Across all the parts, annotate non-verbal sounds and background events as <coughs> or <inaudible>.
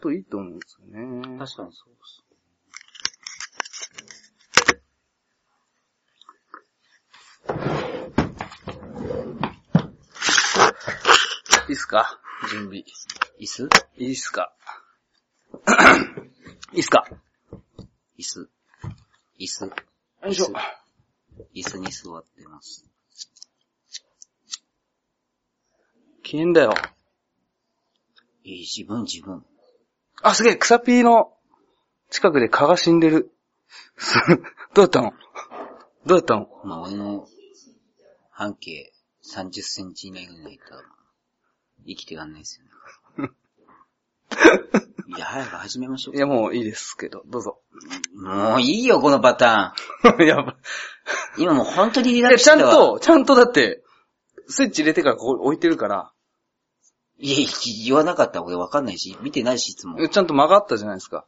といいと思うんですよね。確かにそうです。いいっすか準備。い椅子いっすか <coughs> いいっすか椅子。椅子。よいしょ。椅子に座ってます。記念だよ。いい、自分、自分。あ、すげえ、草ピーの近くで蚊が死んでる。 <laughs> すどうだったのどうだったのまあ、俺の半径30センチ以内ぐらいないと生きてらんないですよ <laughs> ね。いや、早く始めましょうい。や、もういいですけど、どうぞ。 <laughs> もういいよ、このパタやばーン。今もう本当にリラッいや、クスちゃだんわ。と、ちゃんとだって、スイッチ入れてからここ置いてるから、いや、言わなかったら俺わかんないし、見てないし、いつも。というちゃんと曲がったじゃないですか。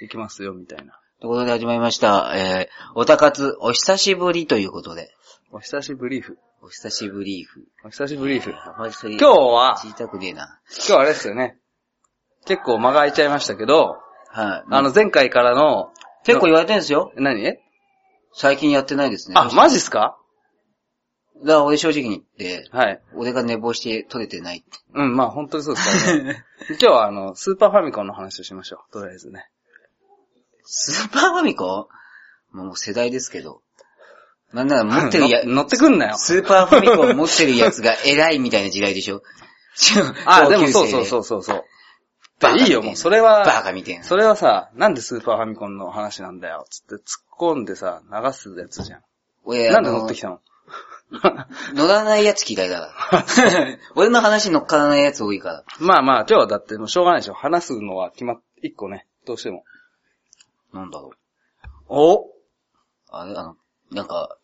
いきますよ、みたいな。ことで始まりました。えー、おたかつ、お久しぶりということで。お久しぶりーふ。お久しぶりーふ。お久しぶりーふ。あんまりそれ、今日は、知りたくねえな。今日はあれですよね。結構間が空いちゃいましたけど、はい。あの前回からの、結構言われてるんですよ。何何最近やってないですね。あ、マジっすかだから俺正直に言って、はい。俺が寝坊して取れてない。うん、まあ本当にそうですから <laughs> ね。今日はあの、スーパーファミコンの話をしましょう。とりあえずね。スーパーファミコンもう世代ですけど。なんなら持って <laughs> るや、乗乗ってくんなよ。 <laughs> スーパーファミコン持ってるやつが偉いみたいな時代でしょ。あ、でもそうそうう。そうそうそう。バカみたいいよ、もうそれは、バカみたいな。それはさ、なんでスーパーファミコンの話なんだよ、つって突っ込んでさ、流すやつじゃん。俺、なあんでの乗ってきたの乗らないやつ嫌いだ <laughs> から。 <laughs> 俺の話に乗っからないやつ多いから。まあまあ、今日はだってもうしょうがないでしょ。話すのは決まっ、一個ね、どうしても。なんだろう。おあれ、あの、なんか、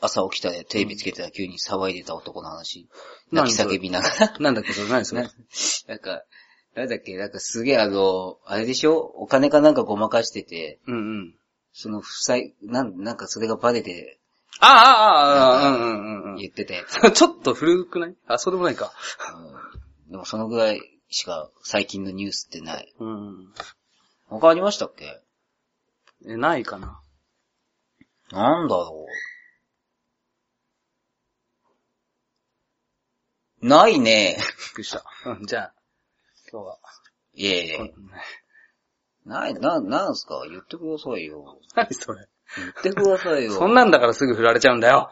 朝起きたらテレビつけてたら急に騒いでた男の話。何泣き叫びながら。なんだっけ、それ何それな。なんか、なんだっけ、なんかすげえあの、あれでしょお金かなんかごまかしてて、うんうん。その負債、なん、なんかそれがバレてああ、ああ、ああ、うんうんうんう言ん。ってたやつ。ちょっと古くないあ、そうでもないか。うんでもそのぐらいしか最近のニュースってない。うん。他ありましたっけえ、ないかな。なんだろう。ないね。びっくりした。うん、じゃあ、今日は。いやいやいやない、な、なんすか言ってくださいよ。 <laughs> 何それ。言ってくださいよ。そんなんだからすぐ振られちゃうんだよ。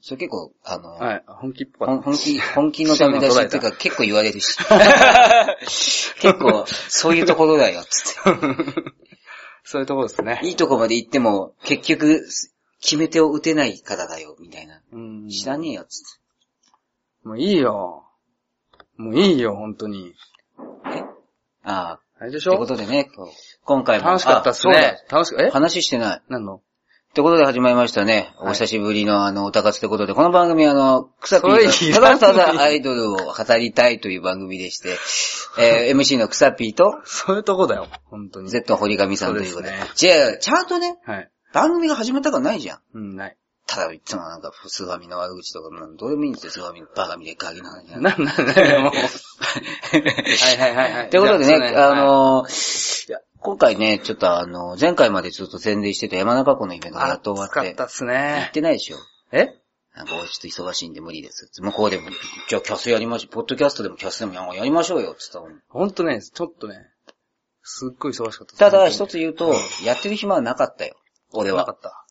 それ結構、あの、はい、本気っぽほかんった。<laughs> 本気、本気のダメ出しっていうか結構言われるし。結構、そういうところだよ、つっそういうところですねて。。いいとこまで行っても、結局、す決め手を打てないからだよ、みたいな。うん知らねえよ、つっもういいよ。もういいよ、本当に。て。えああ、あれでしというょことでね、今回も。楽しかったっすねあ。楽しか、そうえだ話してない。何のってことで始まりましたね。はいお久しぶりのあの、おたかつってことで、この番組はあの、草ピそれいーいが、ただただアイドルを語りたいという番組でして、 <laughs> えー MC の草ピーと、そういうとこだよ、本当に。 Z 堀上さんということで。そうでじゃあ、ちゃんとね、はい。番組が始まったからないじゃん。うん、ない。ただ、いつもなんか、スガミの悪口とか、なんどうでもいいんですよ、スガミのバカみたいなガキの話なんなんなんだよ、もう。はいはいはいはい。ということ <laughs> でじゃね、あ、のーいや今回ね、ちょっとあのー前回までちょっと宣伝してた山中湖のイベントそうねがやっと終わって、暑かったっす行っね。てないでしょ。えなんか、俺ちょっと忙しいんで無理です。向こうでも、じゃあキャスやりましょう。ポッドキャストでもキャスでもややりましょうよ、つったのにほんとね、ちょっとね、すっごい忙しかったっす。ただ、一つつ言うと、やってる暇はなかったよ。俺なかは。った。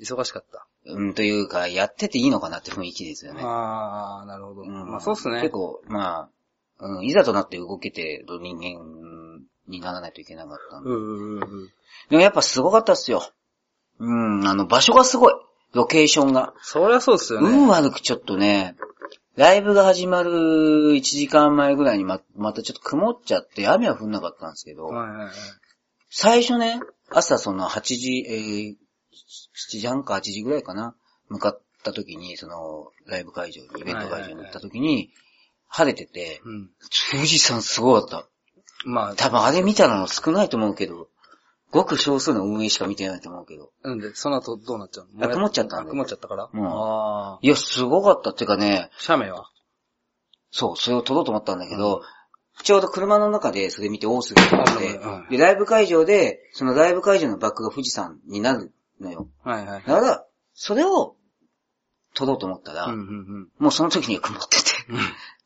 忙しかった。うん、というか、やってていいのかなって雰囲気ですよね。あー、なるほど。うんまあそうっすね結。構、まあ、うん、いざとなって動けてる人間にならないといけなかったんで。うんうんうんうん。でもやっぱすごかったっすよ。うん、あの、場所がすごい。ロケーションが。そりゃそうっすよ運ね。悪くちょっとね、ライブが始まる1時間前ぐらいにま、またちょっと曇っちゃって雨は降んなかったんですけど、はいはいはい。最初ね、朝その8時、えー7時半か8時ぐらいかな、向かった時に、その、ライブ会場に、イベント会場に行った時に、晴れてて、うん。富士山すごかった。まあ、多分あれ見たの少ないと思うけど、ごく少数の運営しか見てないと思うけど。なんで、その後どうなっちゃうのあ曇っちゃったんであ曇っちゃったからうんああ。いや、すごかったっていうかね、写メはそう、それを撮ろうと思ったんだけど、ちょうど車の中でそれ見て大すぎてあではいで、ライブ会場で、そのライブ会場のバックが富士山になるのよ。はいはい。だから、それを撮ろうと思ったら、うんうんうん。もうその時には曇ってて、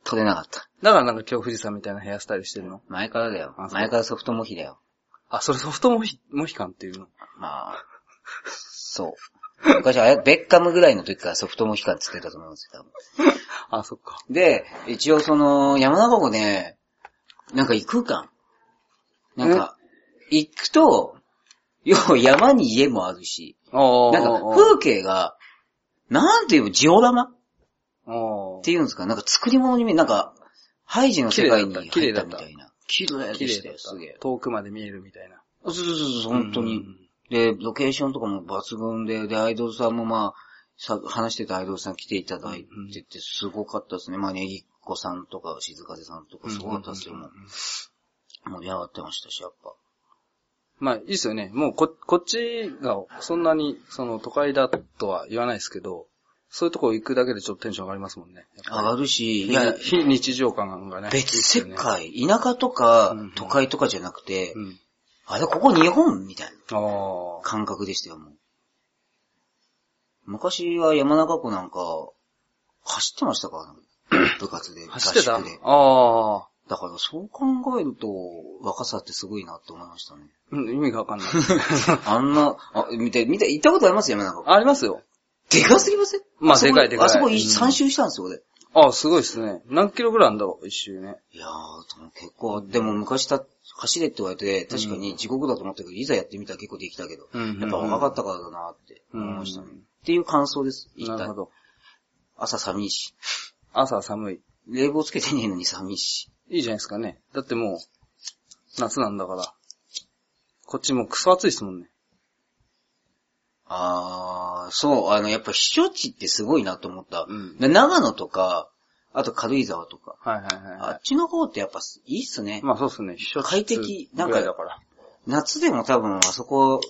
撮れなかった。だからなんか今日富士山みたいなヘアスタイルしてるの前からだよあ。そう前からソフトモヒだよ。あ、それソフトモヒ、モヒカンっていうのまあ、そう。昔はあれベッカムぐらいの時からソフトモヒカン作ってたと思うんですよ、多分あ、そっか。で、一応その、山中湖ね、なんか行くかん。なんか、行くと、要は山に家もあるし、おー。なんか風景が、なんていうのジオラマっおーていうんですかなんか作り物に見えなんか、ハイジの世界に入綺麗っだったたみたいな。綺麗綺で麗しただっよ、たすげえ。遠くまで見えるみたいな。そうそうそうそう、本当に。で、ロケーションとかも抜群で、で、アイドルさんもまあ、さ話してたアイドルさん来ていただいてて、すごかったですね。まあ、ねぎっこさんとか、静風さんとうか、ん。すごかったですよ。もううんうんうん盛り上がってましたし、やっぱ。まあ、いいっすよね。もうこ、こっちが、そんなに、その、都会だとは言わないですけど、そういうとこ行くだけでちょっとテンション上がりますもんね。上がるし、いいやや、、非日常感がね。別世いいっすよね。界、田舎とかうん、都会とかじゃなくて、うん。あれ、ここ日本みたいなあ感覚でしたよ、もう。昔は山中湖なんか、走ってましたから、ね、部活で。あ。走ってた合あ宿であだからそう考えると、若さってすごいなって思いましたね。ー。うん、意味がわかん <laughs> ない。あんな、あ、見て、見て、行ったことありますよ、山中湖。ありますよ。でかすぎませんまああそこでかいでかいあそこうん3周したんですよ、俺。ああ、すごいっすね。何キロぐらいあんだろう、一周ね。いやー、でも結構、でも昔た、走れって言われて、確かに地獄だと思ったけど、いざやってみたら結構できたけど、うんやっぱ若かったからだなって思いましたね。うんっていう感想です、一なる旦ほ。ど。朝寒いし、朝は寒い。冷房つけてねえのに寒いし。いいじゃないですかね。だってもう、夏なんだから。こっちもうクソ暑いっすもんね。あー、そう、あの、やっぱ避暑地ってすごいなと思った。うんで長野とか、あと軽井沢とか、はいはいはいあはっちの方ってやっぱいいっすねい。。まあそうっすね。避暑地快適ぐらいだから。夏でも多分あそこ、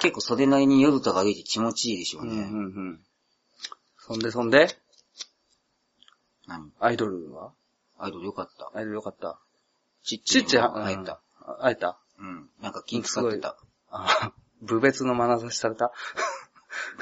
結構袖なりに夜とか歩いて気持ちいいでしょううんね。うんうん。そんでそんで、何アイドルはアイドルよかった。アイドルよかった。ちっちっちゃい、入った。うん。あ会えたうん。なんか気使ってた。あ <laughs> 部別の眼差しされた。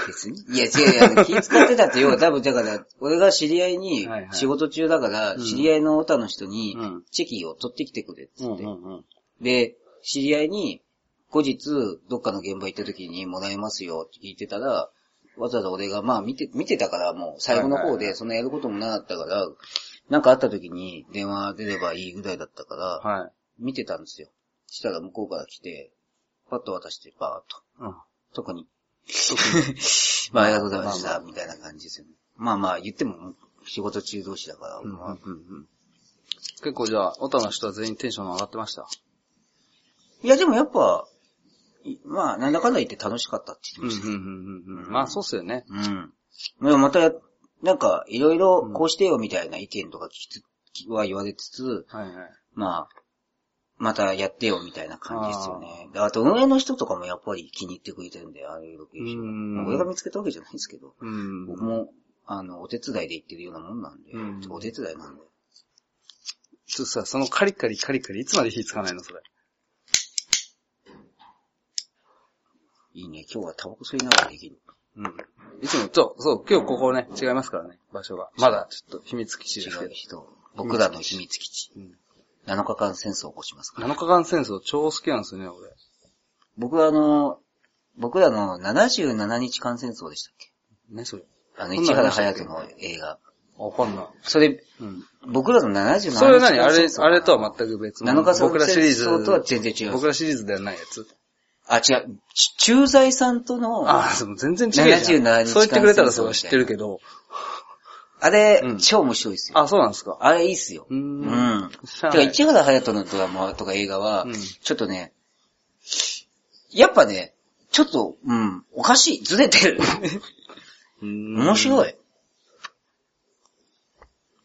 別にいや違う違う、気使ってたって要は多分だから、俺が知り合いにはいはい仕事中だから、うん知り合いのオタの人にうん、チェキを取ってきてくれっつうんっうて。んうん。で、知り合いに、後日、どっかの現場行った時にもらえますよって聞いてたら、わざわざ俺が、まあ見て、見てたからもう最後のはい方はいはで、そんなやることもなかったから、なんかあった時に電話出ればいいぐらいだったから、はい。見てたんですよ。したら向こうから来て、パッと渡して、バーっと。うん。特に。 <laughs> まあ、ありがとうございました、みたいな感じですよね。まあまあ、言っても、仕事中同士だから、うんうんまあうんうん。結構じゃあ、オタの人は全員テンション上がってました。いや、でもやっぱ、いまあ、なんだかんだ言って楽しかったって言ってうんまうんしたねうんうん。まあそうっすよね。うん。でもまた、なんか、いろいろこうしてよみたいな意見とか聞きつ、は言われつつ、はいはい。まあ、またやってよみたいな感じですよね。であと、運営の人とかもやっぱり気に入ってくれてるんで、ああいうロケーショうんン。まあ俺が見つけたわけじゃないですけど、うん。僕も、あの、お手伝いで行ってるようなもんなんで、うんお手伝いなんで。ちょっとさ、そのカリカリカリカリ、いつまで火つかないのそれ。いいね、今日はタバコ吸いながらできる。うん。いつも、そう、そう、今日ここね、違いますからね、場所が。まだ、ちょっと秘密基地違ですけうど。人。僕らの秘密基地。うん7日間戦争を起こしますから。 7日間戦争超好きなんですよね、俺。僕はあの、僕らの77日間戦争でしたっけね、それ。あの、市原隼人の映画。あわかんない。それ、うん。僕らの77日それは何あれ、あれとは全く別7日間僕らシリーズ。とは全然違う僕らシリーズではないやつ。あ、違う。ち駐在さんとの、あああ、でも全然違うじゃん。 77そう言ってくれたらそれは知ってるけど。れ、うん超面白いですよ。あ、そうなんですか。あれいいっすよ。うーんうん。知てらか、ない市原隼人のドラマとか映画は、うんちょっとね、やっぱね、ちょっと、うん、おかしい。ず <laughs> れてる。面面白い。い。っ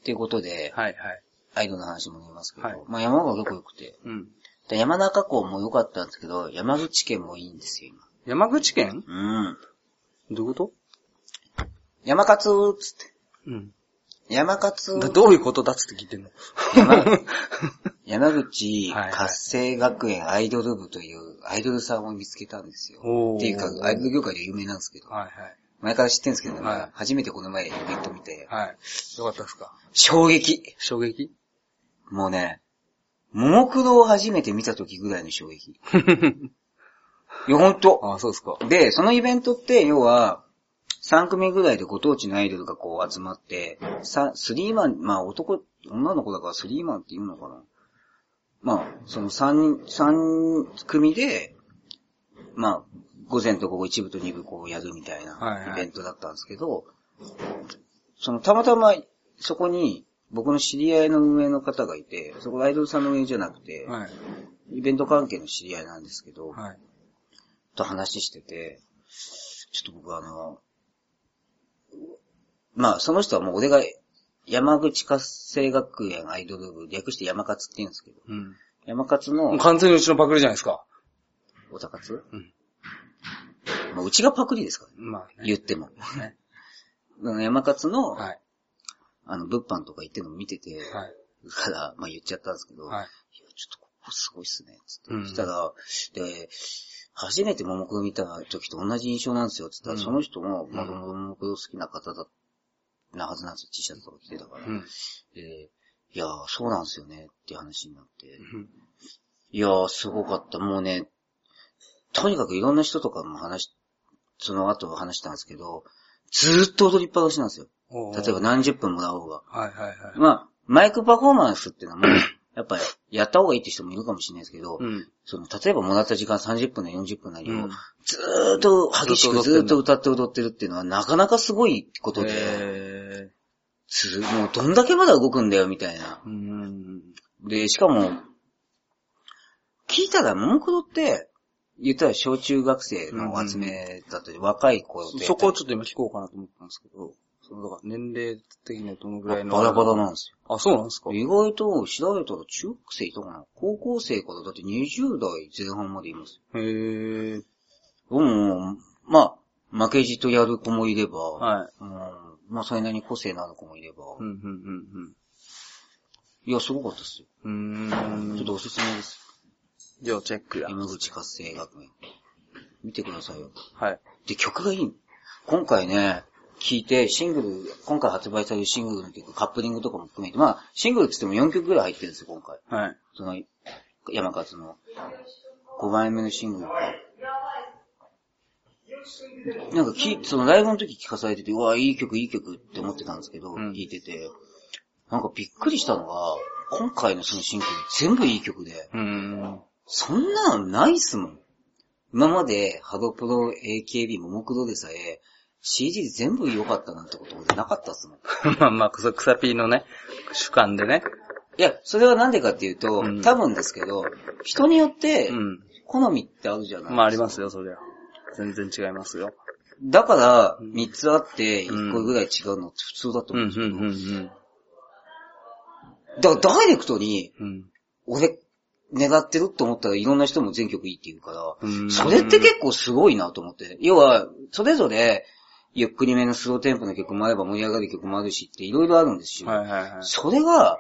ていうことで、はいはい。アイドルの話も出ますけど、はいまあ山が結構良くて、うん。で山中湖も良かったんですけど、山口県もいいんですよ、山口県今。うん。どういうこと山勝っつって、うん。山勝、だどういうことだっつって聞いてんの。山山口はいはい活性学園アイドル部というアイドルさんを見つけたんですよ。 <laughs> おーっていうか、アイドル業界で有名なんですけど、はいはい。前から知ってるんですけど、はいまあ初めてこの前イベント見て、はい。よかったですか衝撃衝 <laughs> 撃もうね、ももクロを初めて見た時ぐらいの衝撃。いや、ほんと。ああ、そうですか。で、そのイベントって、要は、3組ぐらいでご当地のアイドルがこう集まって、さスリーマン、まあ男、女の子だからスリーマンって言うのかなまあ、その3、三組で、まあ、午前と午後一部と二部こうやるみたはいいはないイベントだったんですけど、そのたまたまそこに僕の知り合いの運営の方がいて、そこアイドルさんの運営じゃなくて、はい。イベント関係の知り合いなんですけど、はい。と話してて、ちょっと僕あの、まあその人はもう俺が山口活性学園アイドル部、略して山活って言うんですけど、うん。山活もうの、完全にうちのパクリじゃないですか。おたかつうん。まあうちがパクリですからね、まあね。言っても。ねあの山活の、はい。あの、物販とか行ってるの見てて、はい。から、まあ言っちゃったんですけど、はい。いや、ちょっとここすごいっすね、つって。うんしたら、で、初めてももクロ見た時と同じ印象なんですよ、つったら、うんその人も、んもともとももクロ好きな方だ、なはずなんですよ、T シャツとか着てたから。うん。で、いやー、そうなんですよね、っていう話になって。うんいやー、すごかった。もうね、とにかくいろんな人とかも話し、その後話したんですけど、ずーっと踊りっぱなしなんですよ。おー例えば何十分もらおうが。はいはいはい。まあ、マイクパフォーマンスっていう <laughs> のはもう、やっぱり、やった方がいいって人もいるかもしれないですけど、うん。その、例えばもらった時間30分なり40分なりを、うんずーっと激しくずずーっっとと歌って踊ってるっていうのはなかなかすごいことで、えつもうどんだけまだ動くんだよみたいなー。。うん。で、しかも、聞いたら、モンクロって、言ったら小中学生の集めだったり、若い子で。そこをちょっと今聞こうかなと思ったんですけど、その、だから年齢的にはどのぐらいの。バラバラなんですよ。あ、そうなんですか意外と調べたら中学生とかな、高校生からだって20代前半までいますよ。へー。うん、まあ、負けじとやる子もいれば、はい。うん、まあそれなりに個性のある子もいれば、うん、うん、いや、すごかったですよ。うん、うん。うちーょん。っとおすすめです。要チェックや。山口活性学園。見てくださいよ。はい。で、曲がいいの今回ね、聴いて、シングル、今回発売されるシングルの曲、カップリングとかも含めて、まあ、シングルって言っても4曲ぐらい入ってるんですよ、今回。はい。その、山勝の5枚目のシングルなんかき、そのライブの時聞かされてて、うわ、いい曲、いい曲って思ってたんですけど、うん聞いてて、なんかびっくりしたのが、今回のそのシングル全部いい曲で、うーん。 <laughs> そんなのないっすもん。今まで、ハドプロ、AKB、ももクロでさえ、CD 全部良かったなんてこと俺なかったっすもん。まあまあ、草、草ピーのね、主観でね。いや、それはなんでかっていうと、うん多分ですけど、人によってう、ん。好みってあるじゃないですか。まあありますよ、そりゃ。全然違いますよ。だから、うん3つあって、うん1個ぐらい違うのって普通だとう思うんん、ですうけん、うど、ん、だからダイレクトに、うん。俺、願ってるって思ったらいろんな人も全曲いいって言うかうーら、んそれって結構すごいなと思って。要は、それぞれ、ゆっくりめのスローテンポの曲もあれば盛り上がる曲もあるしっていろいろあるんですよ。はいはいはい。それが、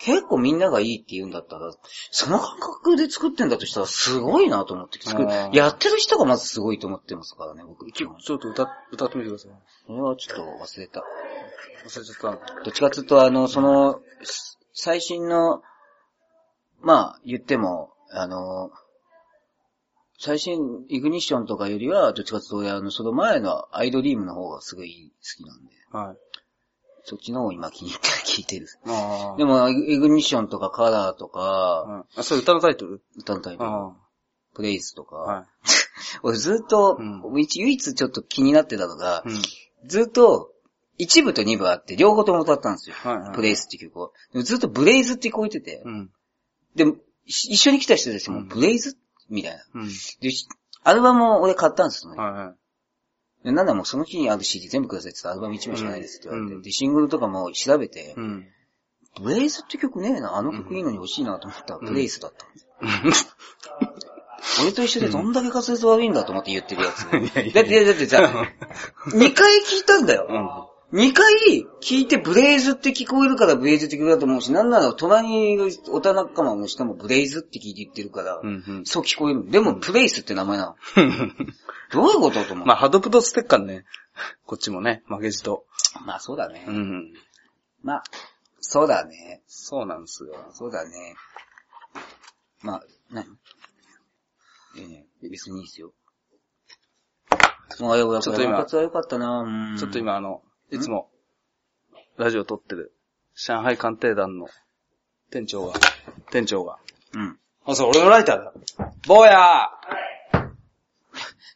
結構みんながいいって言うんだったら、その感覚で作ってんだとしたらすごいなと思って、作るあーやってる人がまずすごいと思ってますからね、僕。ち基ょ本、ちょっと歌っ、歌ってみてください。それはちょっと忘れた。忘れちゃった。どっちかっていうと、あの、その、す最新の、まあ、言っても、あの、最新、イグニッションとかよりは、どっちかっていうと俺、あの、その前のアイドリームの方がすごい好きなんで、はい。そっちの方を今気に入って聞いてる。ああ。でも、イグイグニッションとかカラーとか、うんあ、それ歌のタイトル歌のタイプ、あプレイズとあ。はか、い。俺ずっと、う一唯一ちょっと気になってたのがう、ん。ずっと、一部と二部あって、両方とも歌ったんですよ。はいはい。プレイスっていう曲を。でもずっとブレイズって聞こえてて、うん。で、し一緒に来た人たちも、うんブレイズみたいな。うん。で、しアルバムを俺買ったんですよね。はいはい。でなんだもうその日にある CD 全部くださいって言ったらアルバム1枚しかないですって言われて、うんで、シングルとかも調べてう、ん。ブレイズって曲ねえな、あの曲いいのに欲しいなと思ったら、うんブレイズだったんですよ。 <laughs> 俺と一緒でどんだけ滑舌悪いんだと思って言ってるやつ。んいやいやいや <laughs> だって、だってさ、2回聞いたんだよ。うん。 2回聞いてブレイズって聞こえるからブレイズって聞こえると思うし、なんなら隣のおた仲間もしかもブレイズって聞いて言ってるから、うんうん。そう聞こえる。でも、プレイスって名前なの。 <laughs> どういうことと思う。ままあ、ハドプドステッカーね。こっちもね、負けじと。あ、そうだね。うん。まあ、そうだね。そうなんですよ。そうだね。まあ、なえね、別にいいですよ。まあ、やばいやばいちょっと今部活は良かったなうんちょっと。今あの、いつも、ラジオ撮ってる、上海鑑定団の店長が、店長が。うん。あ、そう、俺のライターだ。坊や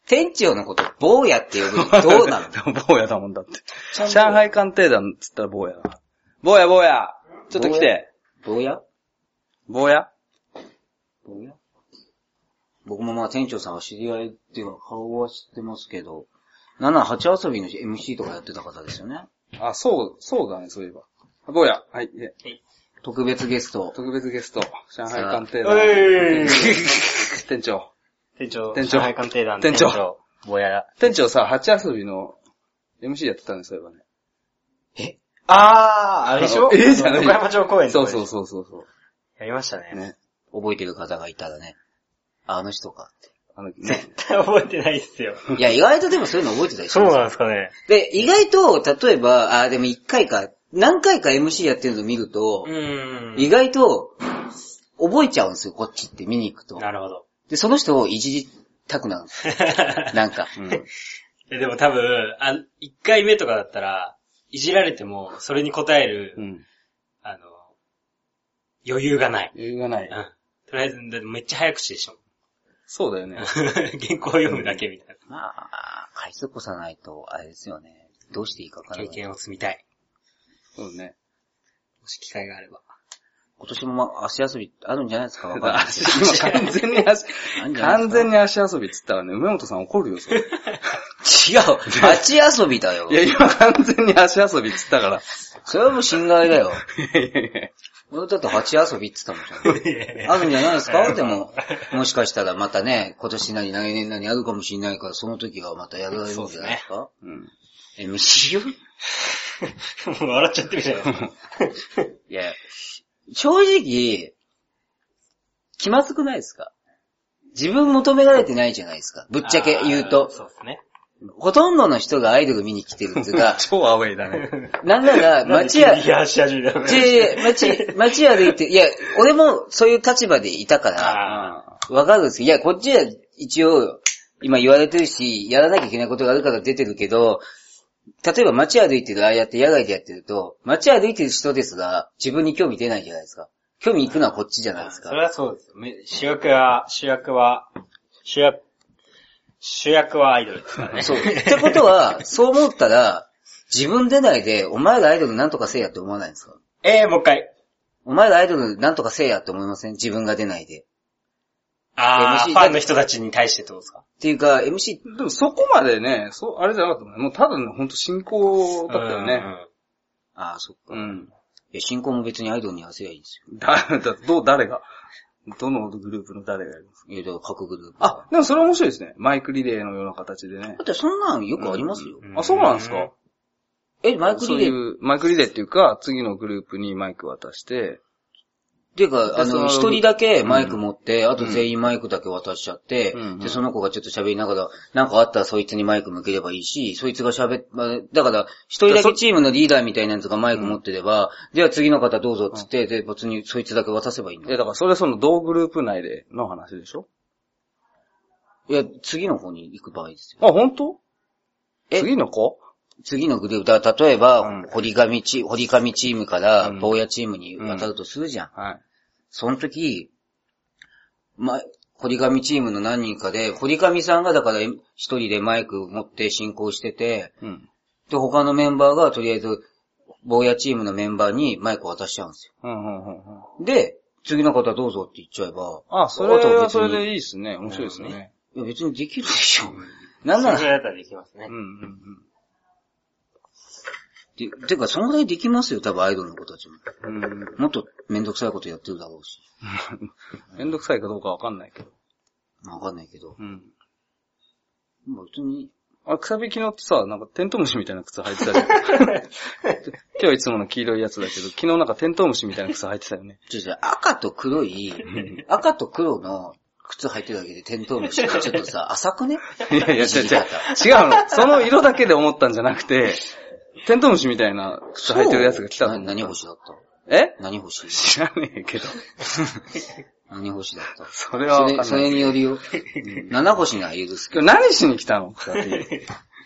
店長のこと、坊やって呼ぶのどうなのでも坊やだもんだって。ちゃんと <laughs> 上海鑑定団っつったら坊やだ。坊や坊やちょっと来て。坊や坊や坊や僕もまあ店長さんは知り合いっていうか顔は知ってますけど、なんなら鉢遊びの MC とかやってた方ですよね。あ、そう、そうだね、そういえば。坊や、はい、で特別ゲスト。特別ゲスト、上海さあ鑑定団。えい <laughs> 店長。店長、店長上海鑑定団店長ぼやら。店長さ、蜂遊びの MC やってたんですよ、そういえばね。あー、あれでしょええじゃない岡山町公園そうそうう。そうそうそやりましたう。ね。ね。覚えてる方がいたらね。ああの人かっあの、ね、 <laughs> 覚えてないっすよ。て。いや、意外とでもそういうの覚えてたりしそうますなんですかね。で、意外と、例えば、あーでも一回か、何回か MC やってるの見るとう、ー意ん。外と、覚えちゃうんですよ、こっちって見に行くと。なるほど。で、その人をいじりたくなるんですよ <laughs> なんか。うん。えでも多分、あ、1回目とかだったら、いじられても、それに応える、うん。あの、余裕がない。余裕がなうい。ん。とりあえず、だってめっちゃ早口でしょ。 <laughs> そうだよね。原稿を読むだけみたいまあ、回数こさないと、あれですよね。どうしていいかわかな。ら経ない。験を積みたい。そうね。もし機会があれば。今年もまあ、足遊びあるんじゃないですかわかん <laughs> ないですけど。今完全に足なん、じゃないですか完全に足遊びっつったらね、梅本さん怒るよ、それ。 <laughs> <laughs> 違う、街遊びだよい。や、今完全に足遊びっつったから。それはもう侵害 <laughs> だよ。いやいやい俺だって鉢遊びって言ってたもんじゃん。あるんじゃないですかでも、もしかしたらまたね、今年なり来年なりあるかもしれないから、その時はまたやられるんじゃないですかやうん。、MC よ <laughs> もう笑っちゃってるじゃないですか。いや、正直、気まずくないですか自分求められてないじゃないですか。ぶっちゃけ言うあーと。そうですね。ほとんどの人がアイドル見に来てるっていうか超アウェイだね。 <laughs> なんなら街やなんで急に、冷やし始めたのいやいや街、街歩いて、いや、俺もそういう立場でいたから、ああわかるんですけど、いや、こっちは一応、今言われてるし、やらなきゃいけないことがあるから出てるけど、例えば街歩いてる、ああやって野外でやってると、街歩いてる人ですが、自分に興味出ないじゃないですか。興味行くのはこっちじゃないあ。ですそれか。はそうですよ。め主役は、主役は、主役、主役はアイドルですからね。そう。ってことは、そう思ったら、自分出ないで、お前らアイドルなんとかせえやって思わないんですかえー、もう一回。お前らアイドルなんとかせえやって思いません自分が出ないで。あー、 MC ファンの人たちに対してどうですかっていうか、MC ーでもそこまでね、そう、あれじゃなかったもんね。もうただのほんと進行だったよね。ああ、そっか。ういん。や、進行も別にアイドルに合わせりゃいいんですだ、だ、どう、誰がどのグループの誰がやりますよ。いや、だから各グループ。あ、でもそれ面白いですね。マイクリレーのような形でねだ。ってそんなんよくありますよ。うんあ、そうなんですかえ、マイクそリうレいーう、マイクリレーっていうか、次のグループにマイク渡して、っていうか、あそのの、一人だけマイク持って、あと全員マイクだけ渡しちゃって、うんうんで、その子がちょっと喋りながら、なんかあったらそいつにマイク向ければいいし、そいつが喋っ、まあだから、一人だけチームのリーダーみたいなやつがマイク持ってれば、では次の方どうぞっつって、で、別にそいつだけ渡せばいいんいだや、よ。だからそれはその同グループ内での話でしょいや、次の方に行く場合ですよ。あ、本当え次の子次のグループ、だから例えば、うん堀上チーム、堀上チームからうん、坊やチームに渡るとするじゃん。はい。その時、ま、堀上チームの何人かで、堀上さんがだから一人でマイク持って進行してて、うん。で、他のメンバーがとりあえず、坊やチームのメンバーにマイク渡しちゃうんですうん、うん、うんうん。よ。で、次の方どうぞって言っちゃえば、あ、それはそれいでいいですね。面白いですね。や別にできるでしょ。ななんんななら。それら、だったらできますねうん、。うん、ててか、そのぐらいできますよ、多分アイドルの子たちも。うん。うん。 <laughs> もっとめんどくさいことやってるだろうし。めんどくさいかどうかわかんないけど。まあわかんないけど。うん。まあ別に、あ、くさび昨日さ、なんかテントウムシみたいな靴履いてた <laughs> じゃん。今日はいつもの黄色いやつだけど、昨日なんかテントウムシみたいな靴履いてたよ <laughs> ね。ちょっと赤と黒い、赤と黒の靴履いてるだけでテントウムシってちょっと <laughs> さ、浅くねいやいや、違う違う。違ういじり方の。その色だけで思ったんじゃなくて、テントウムシみたいな靴履いてるやつが来たと思なう。何星だったえ何星知らねえけど。何星だったそれはそわかんなれ、い。それによりよ。七星が言うですけ今 <laughs> 日何しに来たのど。だって、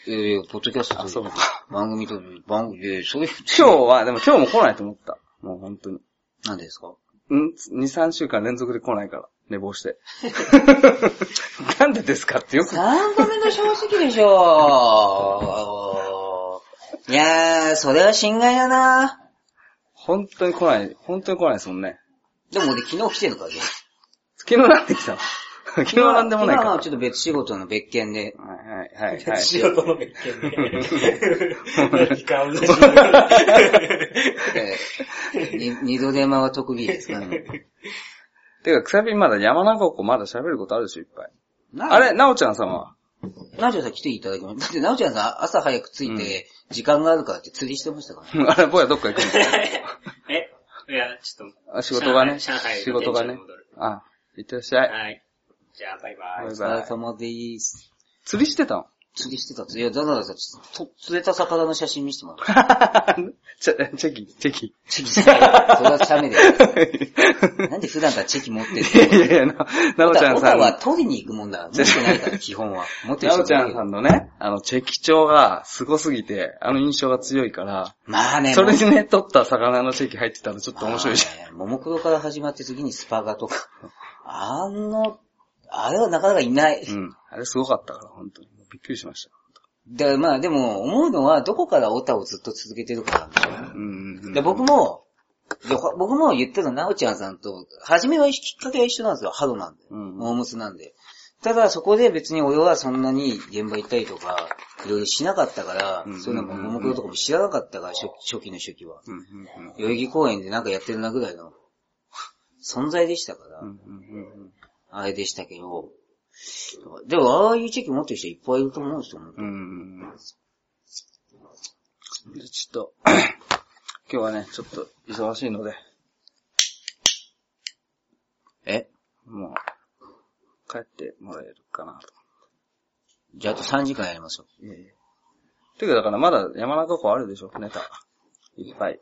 いやいや、ポッドキャストあそうとか番組と、番組、いやいやそういう、今日は、でも今日も来ないと思った。もう本当に。なんでですかん ?2、3週間連続で来ないから。寝坊 <laughs> して。なんでですかってよく。三度目の正直でしょ <laughs> いやー、それは侵害だな本当に来ない、本当に来ないですもんね。でも俺昨日来てるからね。昨日なんで来たの昨日なんでもないか昨日ら。はちょっと別仕事の別 <laughs> 件で。はいはいはいはい。仕事の別件で。何か同じ。えーに二度手間は特技ですから <laughs> ね。てか、くさびまだ山中湖まだ喋ることあるでしょ、いっぱい。なあれ、なおちゃんさんはなおちゃんさん来ていただきました。だってなおちゃんさん朝早く着いて、時間があるからって釣りしてましたからね。あれ、坊やどっか行くのえいや、ちょっあ仕事がね。上海仕事が上海ねの店長に戻る。あ、行ってらっしゃと。い。はい。じゃあ、バイババイ。おイ疲バれイ。様です。釣りしてたの釣りしてた。いや、だからさ、ちょっと釣れた魚の写真見せてもらって。チェチェキ、チェキ。 <laughs> チェキしてそれはチャメだよ。なんで普段からチェキ持ってるいやいやいや、ななおちゃんさオタん。は取りに行くもんだ。持ってないから、基本は。持ってるな人おいちゃないんけさどんのね、あの、チェキ帳が凄すぎて、あの印象が強いから、まあね、それにね、取った魚のチェキ入ってたのちょっと面白いじゃん。ゃん。ももクロから始まって次にスパガとか。あの、あれはなかなかいない。うん。あれすごかったから、本当に。びっくりしましで、まあでも、思うのは、どこからオタをずっと続けてるかなんですよた。うんうんうん。で、僕も、でほ僕も言ってたなおちゃんさんと、初めはきっかけは一緒なんですよ。春なんで。うん大むなんで。ただ、そこで別に俺はそんなに現場行ったりとか、いろいろしなかったから、うんそういうのも、ももクロとかも知らなかったから、初初期の初期は。うんうんうん代々木公園でなんかやってるなぐらいの存在でしたから、うんうんうんあれでしたけど、でもああいうチェキ持ってる人いっぱいいると思うんですうよ。ん。うんうんじゃあちょっと、今日はね、ちょっと忙しいので、えもう、帰ってもらえるかなと。じゃああと3時間やりますよ。いやいや。てかだからまだ山中湖あるでしょ、ネタ。いっぱい。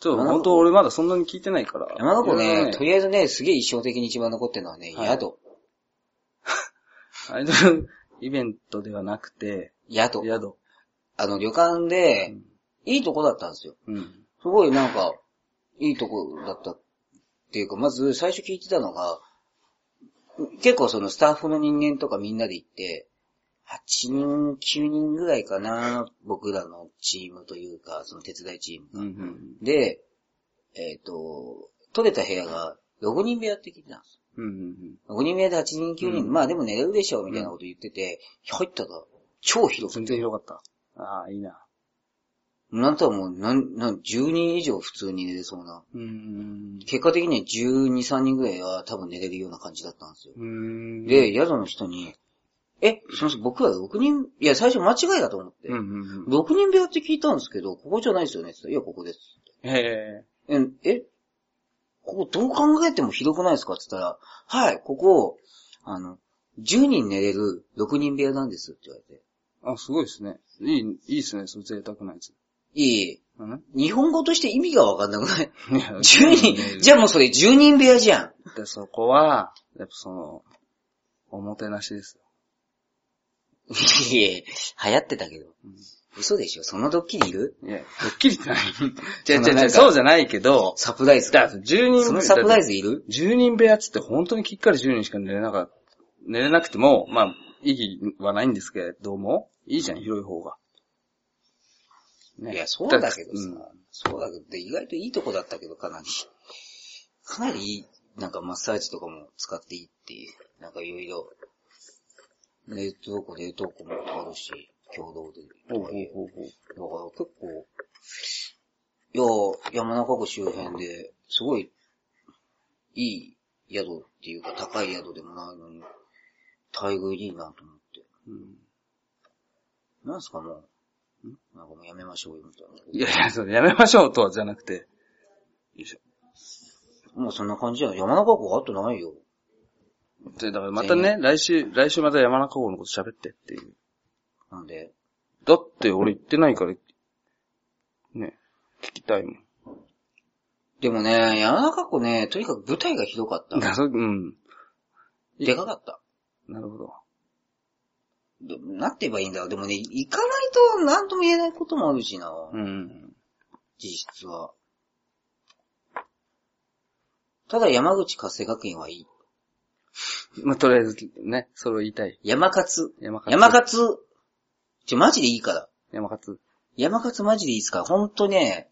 ちょっと本当俺まだそんなに聞いてないから。山の子いろいろね、とりあえずね、すげえ印象的に一番残ってるのはね、はい宿。アイドルイベントではなくて、宿。宿。あの旅館で、いいとこだったんですよ。うん。すごいなんか、いいとこだったっていうか、まず最初聞いてたのが、結構そのスタッフの人間とかみんなで行って、8人、9人ぐらいかな、僕らのチームというか、その手伝いチームうが。ん。で、えっ、と、取れた部屋が6人部屋って聞いてたんです。うん。うん。 6人部屋で8人、9人、うんまあでも寝れるでしょ、みたいなこと言ってて、入ったら超広く全然広かった。ああ、いいな。なんとはもう、なん、なん、10人以上普通に寝れそうな。うん。結果的には12、3人ぐらいは多分寝れるような感じだったんですよ。うん。で、宿の人に、え、すいません、僕ら6人、いや、最初間違いだと思って。うんうんうん。 6人部屋って聞いたんですけど、ここじゃないですよねって言ったらいや、ここです。へえ、え、ここどう考えてもひどくないですかって言ったら、はい、ここ、あの、10人寝れる6人部屋なんですって言われて。ーあ、すごいですね。いい、いいですね、その贅沢なやつ。いうんい、日本語として意味がわかんなくないいや ?10 人、じゃあもうそれ10人部屋じゃん。で、そこは、やっぱその、おもてなしですよ。いえ、流行ってたけど。嘘でしょそのドッキリいるいや、ドッキリって <laughs> ない。じゃそのじなゃんかそうじゃないけど、サプライズ。だって10人そのサプライズ。ズいる10人部屋っつって本当にきっかり10人しか寝れなか寝れなくても、まあ、意義はないんですけども、いいじゃん、広い方が。ねいや、そうだけどさ、うんそうだけど、で意外といいとこだったけど、かなり。かなりいい、なんかマッサージとかも使っていいっていう、なんかいろいろ、冷凍庫、冷凍庫もあるし、共同で。ほうほうほうほう。だから結構、いや、山中湖周辺で、すごい、いい宿っていうか高い宿でもないのに、待遇いいなと思って。うんなんすかもう、んなんかもうやめましょうよ、みたいいやいや、それやめましょうとはじゃなくて。よいしな。もうそんな感じや。山中湖あってないよ。ょで、だからまたね、来週、来週また山中湖のこと喋ってっていう。なんで、だって俺行ってないから、ね、聞きたいもん。でもね、山中湖ね、とにかく舞台がひどかっだた。そうん。いでかかった。なるほど。でなって言えばいいんだ。でもね、行かないと何とも言えないこともあるしな、うん。実質は。ただ山口活性学院はいい。まあ、とりあえず、ね、それを言いたい。山勝。山勝。山勝。ちょ、マジでいいから。山勝。山勝マジでいいっすから、ほんとね、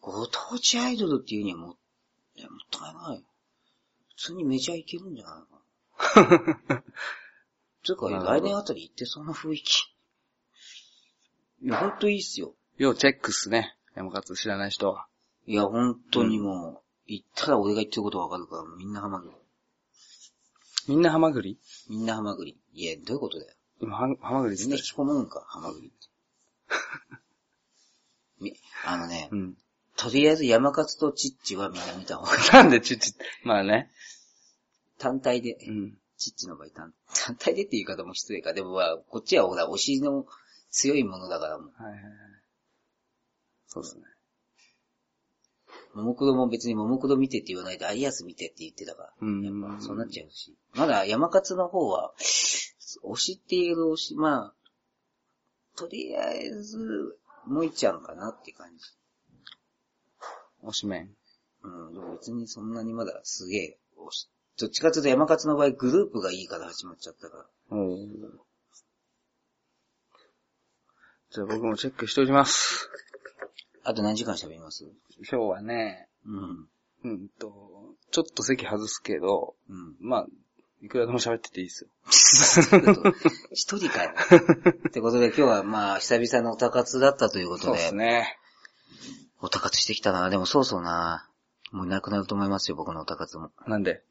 ご当地アイドルっていうにはもう、いや、もったいない。普通にメジャーいけるんじゃないかな。 <laughs> つうか、なるほど来年あたり行ってそうな雰囲気。いや、ほんといいっすよ。要チェックっすね。山勝知らない人は。いや、ほんとにもう、行ったら俺が言ってることわかるから、みんなハマグリ。みんなハマグリみんなハマグリ。いや、どういうことだよ。今、ハハマグリっみつんっなた引きこもるんか、ハマグリって。 <laughs> みあのねう、ん。とりあえず山勝とチッチはみんな見た方がいい。なんでちち、まあね。単体で。うん。チッチの場合単、単体でっていう言い方も失礼か。でもまあ、こっちはほら、推しの強いものだからもう、はいはいはい。そうですね。ももクロも別にももクロ見てって言わないで、アリアス見てって言ってたから。うんやっぱそうなっちゃうし。まだ山勝の方は、推しっていう推し、まあ、とりあえず、もいちゃんかなって感じ。おしめん。うん、でも別にそんなにまだすげえ推し。どっちかというと山勝の場合、グループがいいから始まっちゃったから。おーじゃあ僕もチェックしておきます。あと何時間喋ります今日はね、うん。うんと、ちょっと席外すけど、うん。まあ、いくらでも喋ってていいっすよ。 <laughs> 一人かよ。ってことで今日はまあ、久々のおたかつだったということそうで、ですね。おたかつしてきたな。でもそうそうな。もういなくなると思いますよ、僕のおたかつも。なんで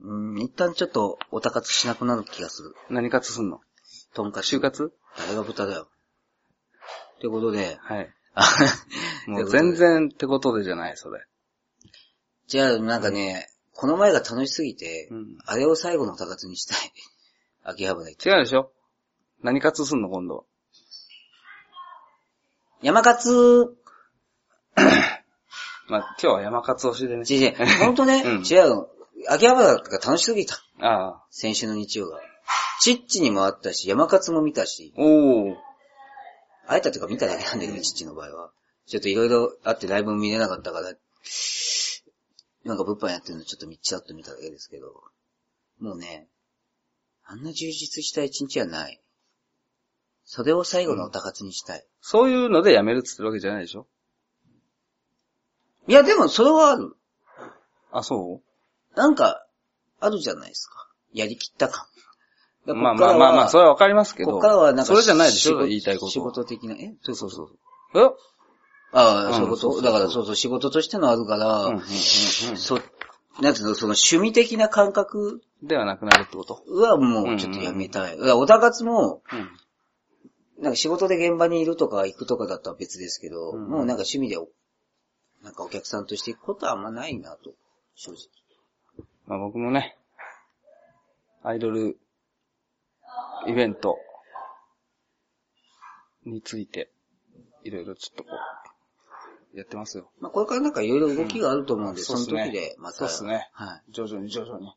うん、一旦ちょっとおたかつしなくなる気がする。何活すんのとんかつ。就活あれが豚だよ。ってことで、 <laughs> はい。あもう全然ってことでじゃない、それ。じゃあなんかね、この前が楽しすぎて、うんあれを最後のおたかつにしたい。秋葉原行って。違うでしょ何活すんの、今度は。山勝まあ、今日は山活推しでね。違う違 <laughs> う、ほんとね、うん違う。秋葉原が楽しすぎた。ああ。先週の日曜が。チッチにも会ったし、山勝も見たし、おー。会えたというか見ただけなんだけど、チッチの場合は。ちょっといろいろあってライブも見れなかったから、なんか物販やってるのちょっとみちらっと見ただけですけど、もうね、あんな充実した一日はない。それを最後のおたかつにしたい。そういうのでやめるっつってるわけじゃないでしょいや、でもそれはある。あ、そなんか、あるじゃないですか。やりきった感。うだまかあらまあまあまあ、それはわかりますけど。こっからはなんか、それじゃないでしょ仕事言いたいこと。仕事的な、えそうそうそう。えあうあ、んそういうこそうそうそうと。だからそうそう、仕事としてのあるかうんうら、んうんうんそ、なんつうの、その趣味的な感覚ではなくなるってことはもうちょっとやめたい。だからおたかつも、うん。なんか仕事で現場にいるとか行くとかだったら別ですけど、うんもうなんか趣味でお、なんかお客さんとして行くことはあんまないなと、正直。まあ僕もね、アイドルイベントについて、いろいろちょっとこう、やってますよ。まあこれからなんかいろいろ動きがあると思うんで、うんそのそうっす時ねでまた。そうっすねはい。徐々に徐々に。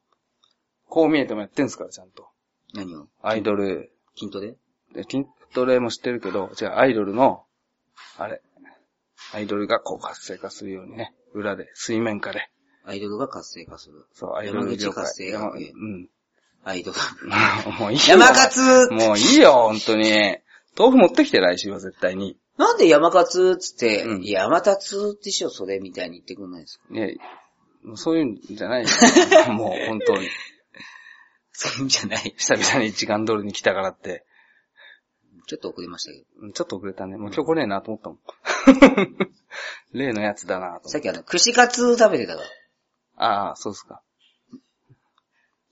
こう見えてもやってんすから、ちゃんと。何をアイドル、筋トレで筋トレも知ってるけど、違う、アイドルの、あれ、アイドルがこう活性化するようにね、裏で、水面下で、アイドルが活性化する。そう、アイドル業山口活界。性山学う園ん。<laughs> アイドル。もういいよ。山勝もういいよ、本当に。豆腐持ってきて、来週は絶対に。なんで山勝っつって、うん山立つでしょ、それみたいに言ってくんないです <laughs> かねもうそういうんじゃないよ <laughs> もう本当に。そういうんじゃない。久々に時間通りに来たからって。ちょっと遅れましたけど。うんちょっと遅れたね。もう今日来ねえなと思ったもん。 <laughs> 例のやつだなと思さっ。ってきあの、串カツ食べてたから、ああ、そうっすか。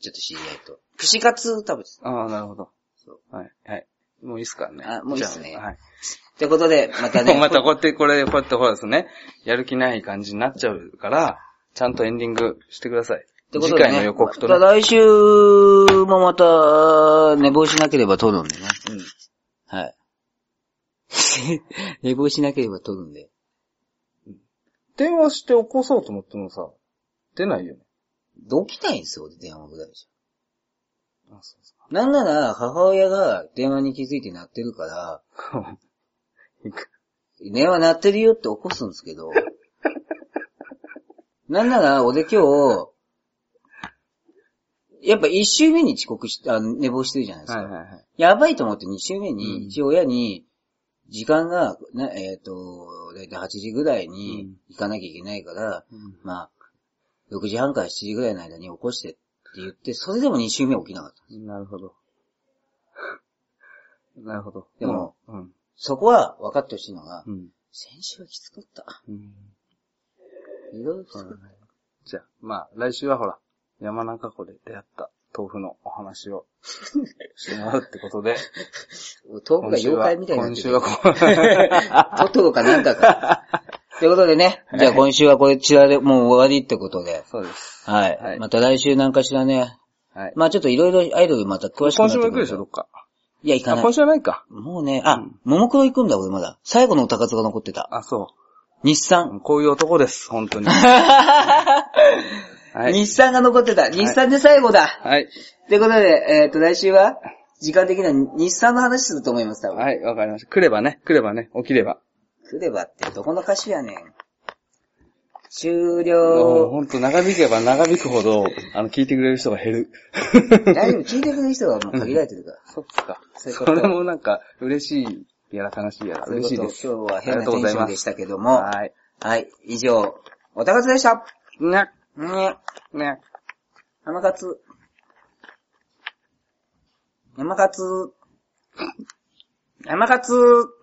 ちょっと知り合いと。串カツ食べてた。ああ、なるほどそう。はい、はい。もういいっすかね。あもういいっすねじゃあはい。ということで、またね。 <laughs> またこうやって、これ、こうやってほらですね、やる気ない感じになっちゃうから、ちゃんとエンディングしてください。ってこと次でね回の予告とまね。た来週もまた、寝坊しなければ撮るんでね。うんはい。 <laughs> 寝坊しなければ撮るんで。電話して起こそうと思ってもさ、出ないよね。 <laughs> 起きないんですよ、電話ぐらいじあそうそゃ。なんなら、母親が電話に気づいて鳴ってるから、ういく電話鳴ってるよって起こすんです <laughs> けど、なんなら、俺今日、やっぱ一周目に遅刻し、あ寝坊してるじゃないですはか。いはいはい。やばいと思って2週目うんに、一応親に、時間が、なえっ、と、だいたい8時ぐらいに行かなきゃいけないから、まあ、6時半から7時ぐらいの間に起こしてって言って、それでも2週目起きなかった。うんなるほど。 <laughs> なるほど。でもうん、そこは分かってほしいのが、うん。先週はきつかった。うん。いろいろきつかった。じゃあ、まあ、来週はほら、山中湖で出会った豆腐のお話をしてもらうってこと <laughs> で、遠くが妖怪みたいになっ今てて週は、今週 <laughs> はこう。トトロかなんかか。ということでね、じゃあ今週はこれちらでもう終わりってことで、そうです。はい。はいまた来週なんかしらね、はい。まあちょっといろいろアイドルまた詳しく今なって週もく行るくでしょ、どっか。いや、行かあ、ない今。週はないか。もうね、あ、ももクロ行くんだ、俺まだ。最後のお高津が残ってた。あ、そう日う産。ん。こういう男です、本 <laughs> 当に。はい。日産が残ってた。日産で最後だ。はい。ということで、えっ、と、来週は、時間的には日産の話すると思います、多分。はい、わかりました。来ればね、来ればね、起きれば。来ればって、どこの歌詞やねん。終もう了。ほんと長引けば長引くほど、あの、聞いてくれる人が減る。大丈夫、聞いてくれる人はもう限られてるから。そっか。そういうそことれもなんか、嬉しいやら悲しいやら、そういう嬉しいこと、です。今日は変ありがとなテうごンざいショまンすでしたけども。ははい。い、以上、お高津でした。ね、ね。ね。山勝。山勝。山勝。